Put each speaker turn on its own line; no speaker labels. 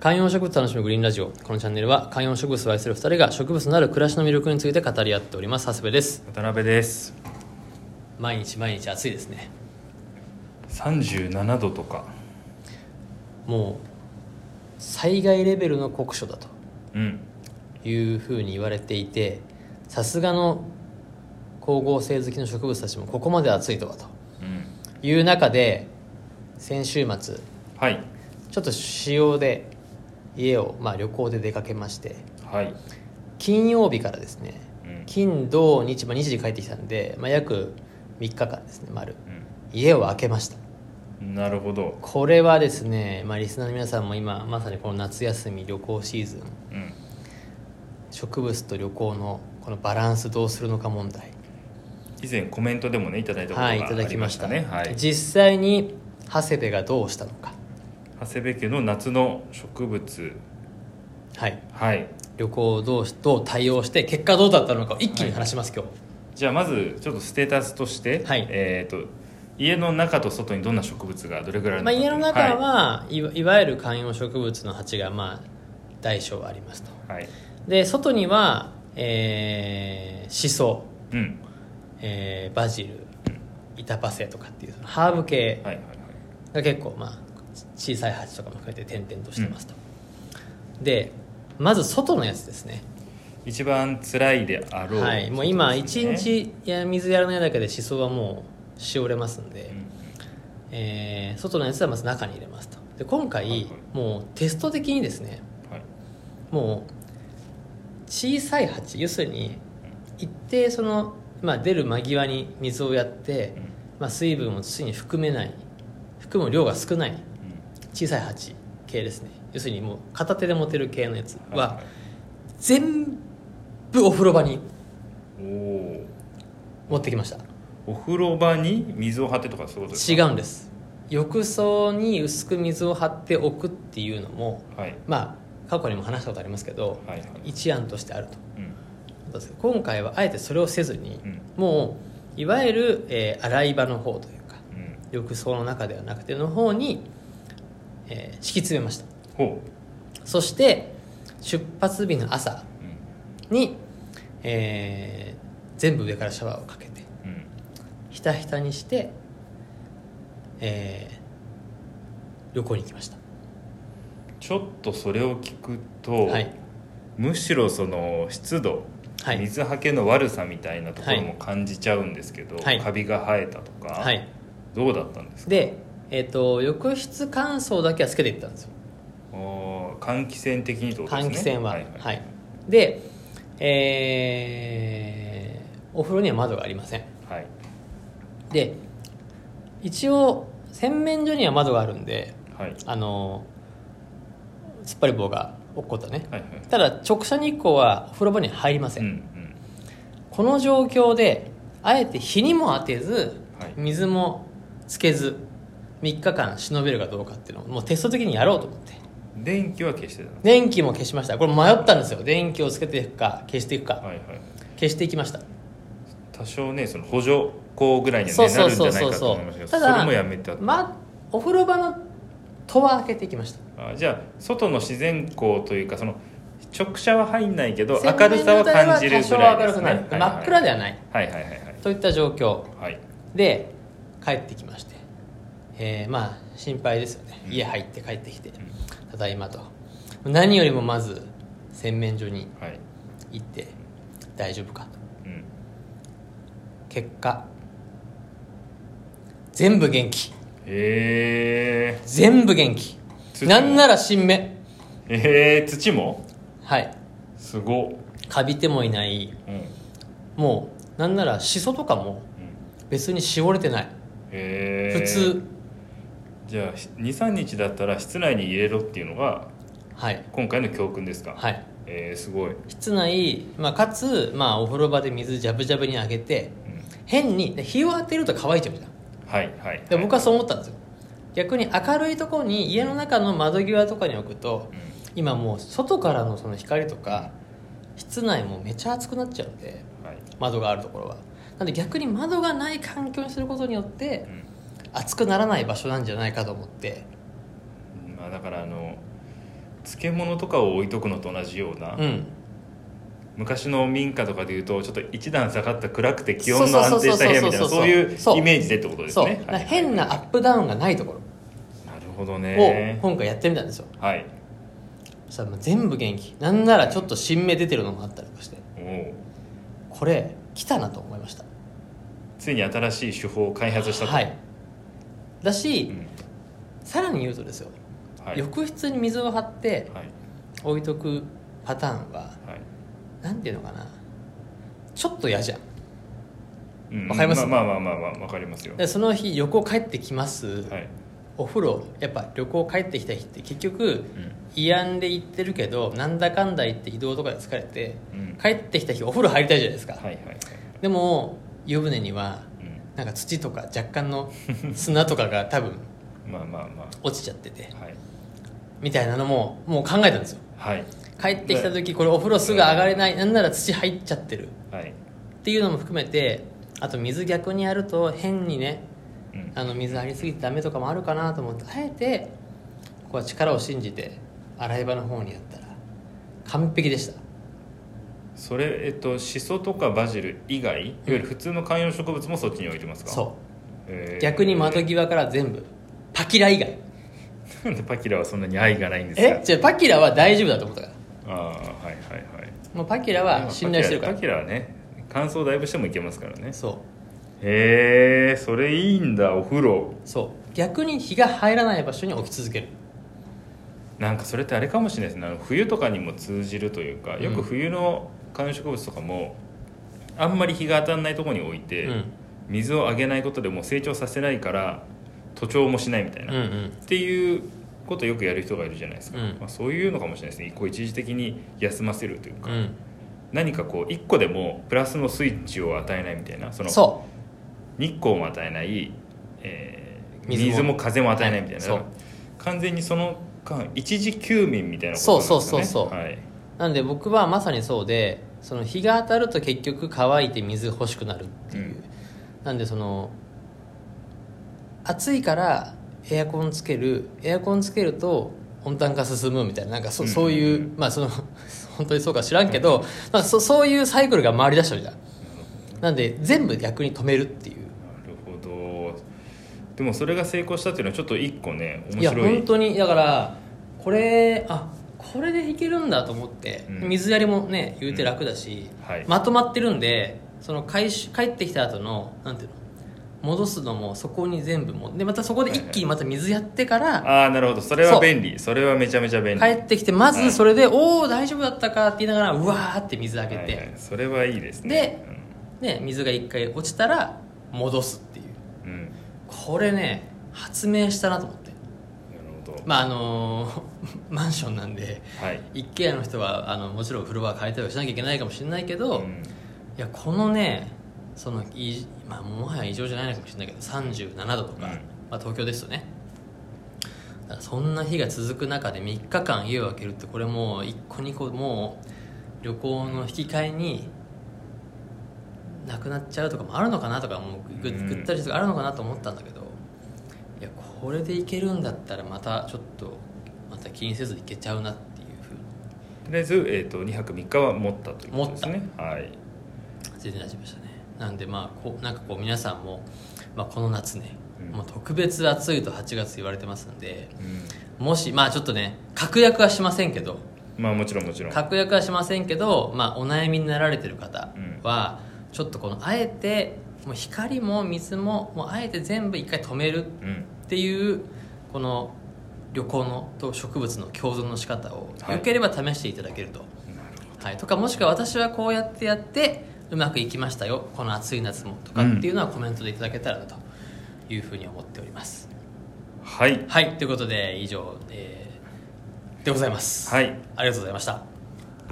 観葉植物楽しむグリーンラジオこのチャンネルは観葉植物を愛する2人が植物のある暮らしの魅力について語り合っております長谷部です
渡辺です
毎日毎日暑いですね
37度とか
もう災害レベルの酷暑だと
うん
いうふうに言われていてさすがの光合成好きの植物たちもここまで暑いとはと
うん
いう中で先週末
はい
ちょっと使用で家を、まあ、旅行で出かけまして
はい
金曜日からですね、
うん
金土日、まあ、日時帰ってきたんで、まあ、約3日間ですね丸
う
家を開けました
んなるほど
これはですね、まあ、リスナーの皆さんも今まさにこの夏休み旅行シーズン
うん
植物と旅行のこのバランスどうするのか問題
以前コメントでもねいただいたことが
はいいただ
あ
き
り
ま
ま
し
したたねはい
実際に長谷部がどうしたのか
長谷部家の夏の植物
はい
はい
旅行をどうしどう対応して結果どうだったのかを一気に話します、今
じゃあまずちょっとステータスとして、
はい
えっ、と家の中と外にどんな植物がどれぐらいあ
日、
る
まあ、
のか
家の中
は
はいわいわゆる観葉植物の鉢がまあ大小ありますと
い、はい
で外にはえーシソ、
うん
えーバジルイタパセとかっていうそのハーブ系
はいはいはい
が結構まあ小さい鉢とかも含めて点々としてますと、でまず外のやつですね
一番辛いであろう、
はいもう今
一
1、日いや水やらないだけでシソはもうしおれますんで、
うん
えー外のやつはまず中に入れますとで今回、
はいはい
もうテスト的にですね
はい、
もう小さい鉢要するに一定その、まあ、出る間際に水をやって、
うん
まあ、水分を土に含めない含む量が少ない小さい鉢系ですね要するにもう片手で持てる系のやつ
うん
は全部お風呂場に
いはい、おお
持ってきました
お風呂場に水を張ってとかそういうことです
違
か
うんです浴槽に薄く水を張っておくっていうのも
はい
まあ過去にも話したことありますけど
はいはい
一案としてあると
うん
そうです今回はあえてそれをせずに、
うん
もういわゆる、えー洗い場の方というか
うん
浴槽の中ではなくての方に、えー敷き詰めました
ほ
そして出発日の朝
ううん
に、えー全部上からシャワーをかけて
うん
ひたひたにして、えー旅行に行きました
ちょっとそれを聞くと、
はい
むしろその湿度、
はい
水はけの悪さみたいなところも感じちゃうんですけど、
はい
カビが生えたとか、
はい
どうだったんですか
でえっ、と浴室乾燥だけはつけていったんですよ
おー換気扇的にってことです
換
ね
気扇はは
はいい、
でえーお風呂には窓がありません
はい
で一応洗面所には窓があるんで
はい
あの突っ張り棒が落っこったね、
はいはい
ただ直射日光はお風呂場には入りませ
うん
ん、
うん
この状況であえて日にも当てず、
はい
水もつけず3日間忍べるかどうかっていうのをもうテスト的にやろうと思って
電気は消してたの
電気も消しましたこれ迷ったんですよ電気をつけていくか消していくか、
はいはい
消していきました
多少ねその補助光ぐらいには、
そう
ね、
そ
な
う
るんじ
そ
ゃ
う
ない
そう
かと
そ
思いますけ
う
ど
た
それ
だ
もやめたと
ま、お風呂場の戸は開けていきました
あじゃあ外の自然光というかその直射は入んないけど
洗
明る
面
さは
所
感じるぐらいです、ね、
は多少明るくなる真っ暗
で
ではない
はいはいはいはい
といった状況
はい
で帰ってきまして、えーまあ心配ですよね家入って帰ってきて、ただいまと何よりもまず洗面所に
はい
行って大丈夫かと
うん
結果全部元気
え
全部元気
土も
なんなら新芽
ー、えー、土も
はい
すごっ
カビてもいない
うんうん
もうなんならシソとかも別にしおれてない
えー、
普通、
じゃあ23日だったら室内に入れろっていうのが
はい
今回の教訓ですか
はい
えー、すごい、うん、
室内、まあ、かつ、まあ、お風呂場で水ジャブジャブにあげて変にで日を当てると乾いちゃうじゃん
はいはい、はい、
で僕はそう思ったんですよ逆に明るいところに家の中の窓際とかに置くと
う
今もう外からのその光とか室内もめちゃ暑くなっちゃうんで
んはい
窓があるところはなんで逆に窓がない環境にすることによって
うん
暑くならない場所なんじゃないかと思って
まあ、だからあの漬物とかを置いとくのと同じような、
うん
昔の民家とかでいうとちょっと一段下がった暗くて気温の安定した部屋みたい
そうそ
な
うそうそう
そういう
そう
イメージでってことです
そう
ね
だから
はい
変なアップダウンがないとこ
なるほど
ろ
ね
を今回やってみたんですよ
はい
そしたらもう全部元気なんならちょっと新芽出てるのもあったりとかして
おう
これ来たなと思いました
ついに新しい手法を開発したと
はいだ
う
し
ん
さらに言うとですよ、
はい
浴室に水を張って
はい
置いとくパターンは
はい
なんていうのかなちょっと嫌じゃん
うん
わかります
まあまあまあまあわかりますよ
でその日旅行帰ってきます、
はい
お風呂やっぱ旅行帰ってきた日って結局
うん
慰安で行ってるけどなんだかんだ言って移動とかで疲れて
うん
帰ってきた日お風呂入りたいじゃないですか、
はいはいはい
でも湯船にはなんか土とか若干 の砂とかが多分
うんまあまあま
落ちちゃってて
あはい
みたいなのももう考えたんですよ
はい
帰ってきた時これお風呂すぐ上がれないなんなら土入っちゃってる
はい
っていうのも含めてあと水逆にやると変にね
うん
あの水ありすぎてダメとかもあるかなと思ってあえてここは力を信じて洗い場の方にやったら完璧でした
それえっとシソとかバジル以外いわゆる普通の観葉植物もそっちに置いてますか
そう
へー
逆に窓際から全部パキラ以外
なん でパキラはそんなに愛がないんですか
えじゃあパキラは大丈夫だと思ったから
ああはいはいはい
もうパキラは信頼してるから
パキラはね乾燥だいぶしてもいけますからね
そ
へえそれいいんだお風呂
うそう逆に日が入らない場所に置き続ける
なんかそれってあれかもしれないですねあの冬とかにも通じるというかよく冬の観葉植物とかも、あんまり日が当たらないところに置いて、
うん
水をあげないことでもう成長させないから徒長もしないみたいな、
うんう
っ
ん
ていうことをよくやる人がいるじゃないですか、
うん
まあ、そういうのかもしれないですねこう一時的に休ませるというか、
うん
何かこう一個でもプラスのスイッチを与えないみたいなその
そ
日光も与えない、えー
水
水
も
も風も与えないみたいな、
はいそう
完全にその間一時休眠みたいなこと
そう
なんですよね
そうそうそう
はい、
うなんで僕はまさにそうでその日が当たると結局乾いて水欲しくなるっていう、
うん
なんでその暑いからエアコンつけるエアコンつけると温暖化進むみたいななんかそ,、
うん
そういううんまあその 本当にそうか知らんけど、まあ、そそういうサイクルが回りだしたみたいななんで全部逆に止めるっていう
なるほどでもそれが成功したっていうのはちょっと一個ね面
いや
白い
本当にだからこれあこれでいけるんだと思って、
うん
水やりもね言うて楽だし、
はい
まとまってるんでその回収帰ってきた後のなんていうの戻すのもそこに全部もでまたそこで一気にまた水やってから
ああなるほどそれは便利それはめちゃめちゃ便利
帰ってきてま
は
ず
い
それで「おお大丈夫だったか」って言いながらうわーって水あげ
はいはい
て、
それはいいです
で
ね
ね、水が一回落ちたら戻すっていう
うん、うんなる
これね発明したなと思って
ほど、
まああのー マンションなんで
はい、
一軒家の人はあのもちろんフロア借りたりはしなきゃいけないかもしれないけ
う
ど、い
ん
やこのねそのい、まあ、もはや異常じゃないのかもしれないけど37度とか、
う
ま
ん
あ、東京ですとねだからそんな日が続く中で3日間家を空けるってこれもう1個2個もう旅行の引き換えになくなっちゃうとかもあるのかなとかもうぐ
うん
ぐったりとかあるのかなと思ったんだけど、いやこれでいけるんだったらまたちょっとまた気にせずいけちゃうなっていうふうに
とりあえず、えー、と2泊3日は持ったということですねはい
全然大丈夫でしたねなんでまあこうなんかこう皆さんも、まあ、この夏ね、
うん
もう特別暑いと8月言われてますんで
う
もしまあちょっとね確約はしませんけど
ん、まあもちろんもちろん
確約はしませんけど、まあ、お悩みになられてる方は、ちょっとこのあえてもう光も水ももうあえて全部一回止める
うん
っていうこの旅行のと植物の共存の仕方を、
はい
よければ試していただけると
なる
はい、とかもしくは私はこうやってやってうまくいきましたよこの暑い夏もとか
うん
っていうのはコメントでいただけたらなというふうに思っております、
ほどはい
はいということで以上、えーでございます
はい
ありがとうございました